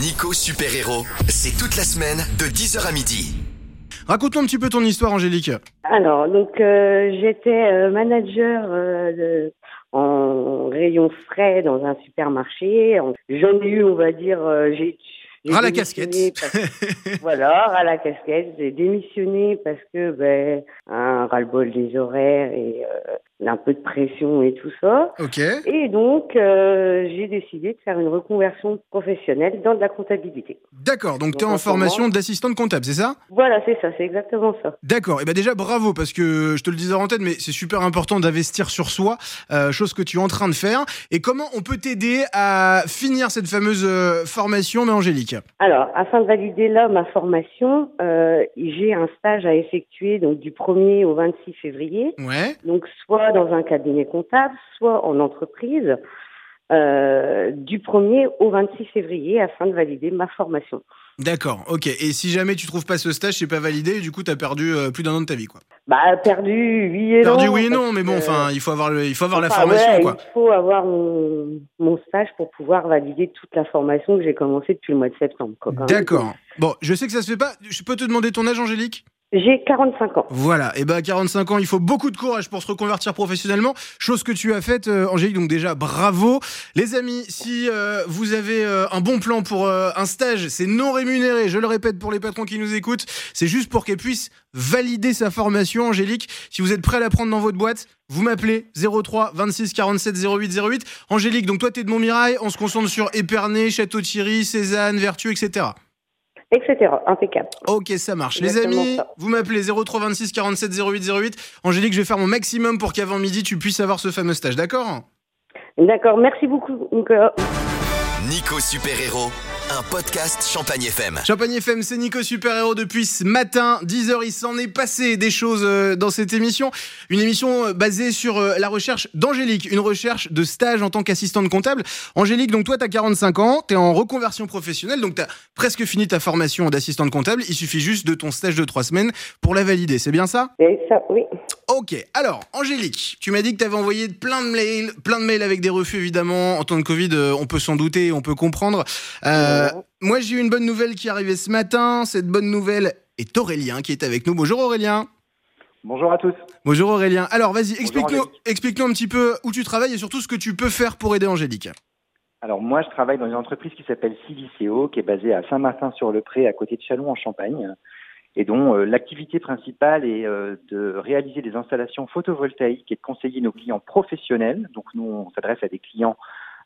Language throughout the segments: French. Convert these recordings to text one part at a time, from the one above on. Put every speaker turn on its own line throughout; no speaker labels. Nico Super Héros, c'est toute la semaine de 10h à midi.
Raconte-nous un petit peu ton histoire, Angélique.
Alors, donc euh, j'étais euh, manager euh, de- en rayon frais dans un supermarché. En- J'en ai eu, on va dire, euh, j'ai... j'ai
Ras la
démissionné parce- voilà, ras la casquette. J'ai démissionné parce que, ben, un ras-le-bol des horaires et euh, un peu de pression et tout ça.
Ok.
Et donc, euh, j'ai décidé de faire une reconversion professionnelle dans de la comptabilité.
D'accord, donc
Donc,
tu es
en
en
ce moment-
formation d'assistante comptable, c'est ça
Voilà, c'est ça, c'est exactement ça.
D'accord. Et ben déjà, bravo, parce que je te le disais en tête, mais c'est super important d'investir sur soi, euh, chose que tu es en train de faire. Et comment on peut t'aider à finir cette fameuse euh, formation, mais Angélique
Alors, afin de valider là ma formation, euh, j'ai un stage à effectuer donc du 1er au 26 février,
Ouais.
donc soit dans un cabinet comptable, soit en entreprise, euh, du 1er au 26 février afin de valider ma formation.
D'accord, ok. Et si jamais tu trouves pas ce stage, c'est pas validé, et du coup, t'as perdu euh, plus d'un an de ta vie, quoi.
Bah perdu, oui et
perdu,
non.
oui et non,
parce
mais bon,
que-
enfin, il faut avoir, le, il faut avoir la
Enfin,
formation,
ouais,
quoi.
Il faut avoir mon, mon stage pour pouvoir valider toute la formation que j'ai commencée depuis le mois de septembre. quoi, quand même.
D'accord. Bon, je sais que ça se fait pas. Je peux te demander ton âge, Angélique
J'ai 45 ans.
Voilà, et ben à 45 ans, il faut beaucoup de courage pour se reconvertir professionnellement, chose que tu as faite euh, Angélique, donc déjà bravo. Les amis, si euh, vous avez euh, un bon plan pour euh, un stage, c'est non rémunéré, je le répète pour les patrons qui nous écoutent, c'est juste pour qu'elle puisse valider sa formation Angélique. Si vous êtes prêt à la prendre dans votre boîte, vous m'appelez 03 26 47 08 08. Angélique, donc toi t'es de Montmirail, on se concentre sur Épernay, Château-Thierry, Cézanne, Vertu, etc.
Etc. Impeccable.
Ok, ça marche. Les
Exactement
amis,
ça.
vous m'appelez 03 26 47 08 08. Angélique, je vais faire mon maximum pour qu'avant midi, tu puisses avoir ce fameux stage, d'accord
D'accord. Merci beaucoup, Nicolas.
Nico Super Héros, un podcast Champagne FM.
Champagne FM, c'est Nico Super Héros depuis ce matin, 10h. Il s'en est passé des choses euh, dans cette émission. Une émission euh, basée sur euh, la recherche d'Angélique, une recherche de stage en tant qu'assistante comptable. Angélique, donc toi, t'as 45 ans, t'es en reconversion professionnelle, donc t'as presque fini ta formation d'assistante comptable. Il suffit juste de ton stage de trois semaines pour la valider, c'est bien ça
Et ça, oui.
Ok, alors Angélique, tu m'as dit que tu avais envoyé plein de mails, plein de mails avec des refus évidemment. En temps de Covid, euh, on peut s'en douter, on peut comprendre. Euh,
Ouais.
Moi, j'ai eu une bonne nouvelle qui est arrivée ce matin. Cette bonne nouvelle est Aurélien qui est avec nous. Bonjour Aurélien.
Bonjour à tous.
Bonjour Aurélien. Alors vas-y, explique-nous,
Angélique.
explique-nous un petit peu où tu travailles et surtout ce que tu peux faire pour aider Angélique.
Alors moi, je travaille dans une entreprise qui s'appelle Siliceo, qui est basée à Saint-Martin-sur-le-Pré, à côté de Châlons, en Champagne, et dont euh, l'activité principale est euh, de réaliser des installations photovoltaïques et de conseiller nos clients professionnels. Donc nous, on s'adresse à des clients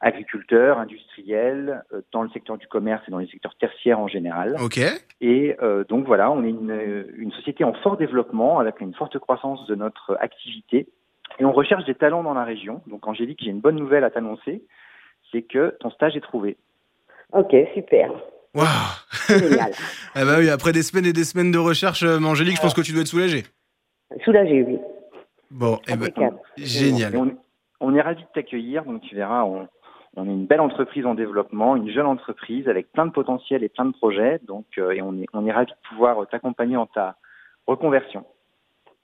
agriculteurs, industriels, euh, dans le secteur du commerce et dans les secteurs tertiaires en général.
Ok.
Et euh, donc voilà, on est une, euh, une société en fort développement avec une forte croissance de notre euh, activité. Et on recherche des talents dans la région. Donc Angélique, j'ai une bonne nouvelle à t'annoncer, c'est que ton stage est trouvé.
Ok, super.
Waouh.
Génial.
Ah bah oui, après des semaines et des semaines de recherche, euh, mais Angélique, je pense que tu dois être soulagée.
Soulagé, oui.
Bon, eh
Ah
ben,
Impeccable.
génial.
Et on, on est ravis de t'accueillir. Donc tu verras, on, on est une belle entreprise en développement, une jeune entreprise avec plein de potentiel et plein de projets. Donc euh, et on est, on est ravis de pouvoir t'accompagner dans ta reconversion.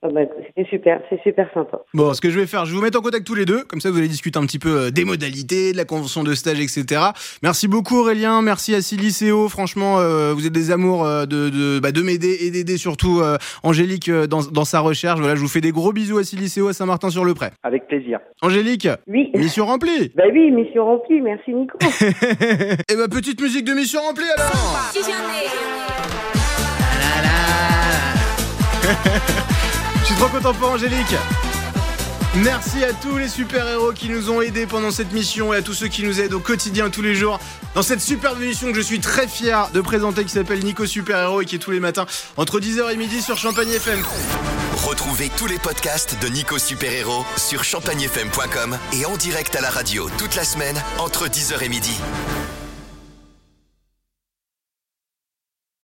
Ah bah, C'était super, c'est super sympa.
Bon, ce que je vais faire, je vais vous mettre en contact tous les deux, comme ça vous allez discuter un petit peu euh, des modalités, de la convention de stage, etc. Merci beaucoup Aurélien, merci à Siliceo, franchement, euh, vous êtes des amours euh, de, de, bah, de m'aider et d'aider surtout euh, Angélique euh, dans, dans sa recherche. Voilà, je vous fais des gros bisous à Siliceo, à Saint-Martin-sur-le-Pré.
Avec plaisir.
Angélique,
Oui.
mission remplie
Bah oui, mission remplie. Merci, Nico.
Et bah petite musique de mission remplie alors Je suis trop content pour Angélique. Merci à tous les super-héros qui nous ont aidés pendant cette mission et à tous ceux qui nous aident au quotidien tous les jours dans cette superbe émission que je suis très fier de présenter qui s'appelle Nico Super-héros et qui est tous les matins entre 10h et midi sur Champagne FM.
Retrouvez tous les podcasts de Nico Super Héros sur champagnefm.com et en direct à la radio toute la semaine entre 10h et midi.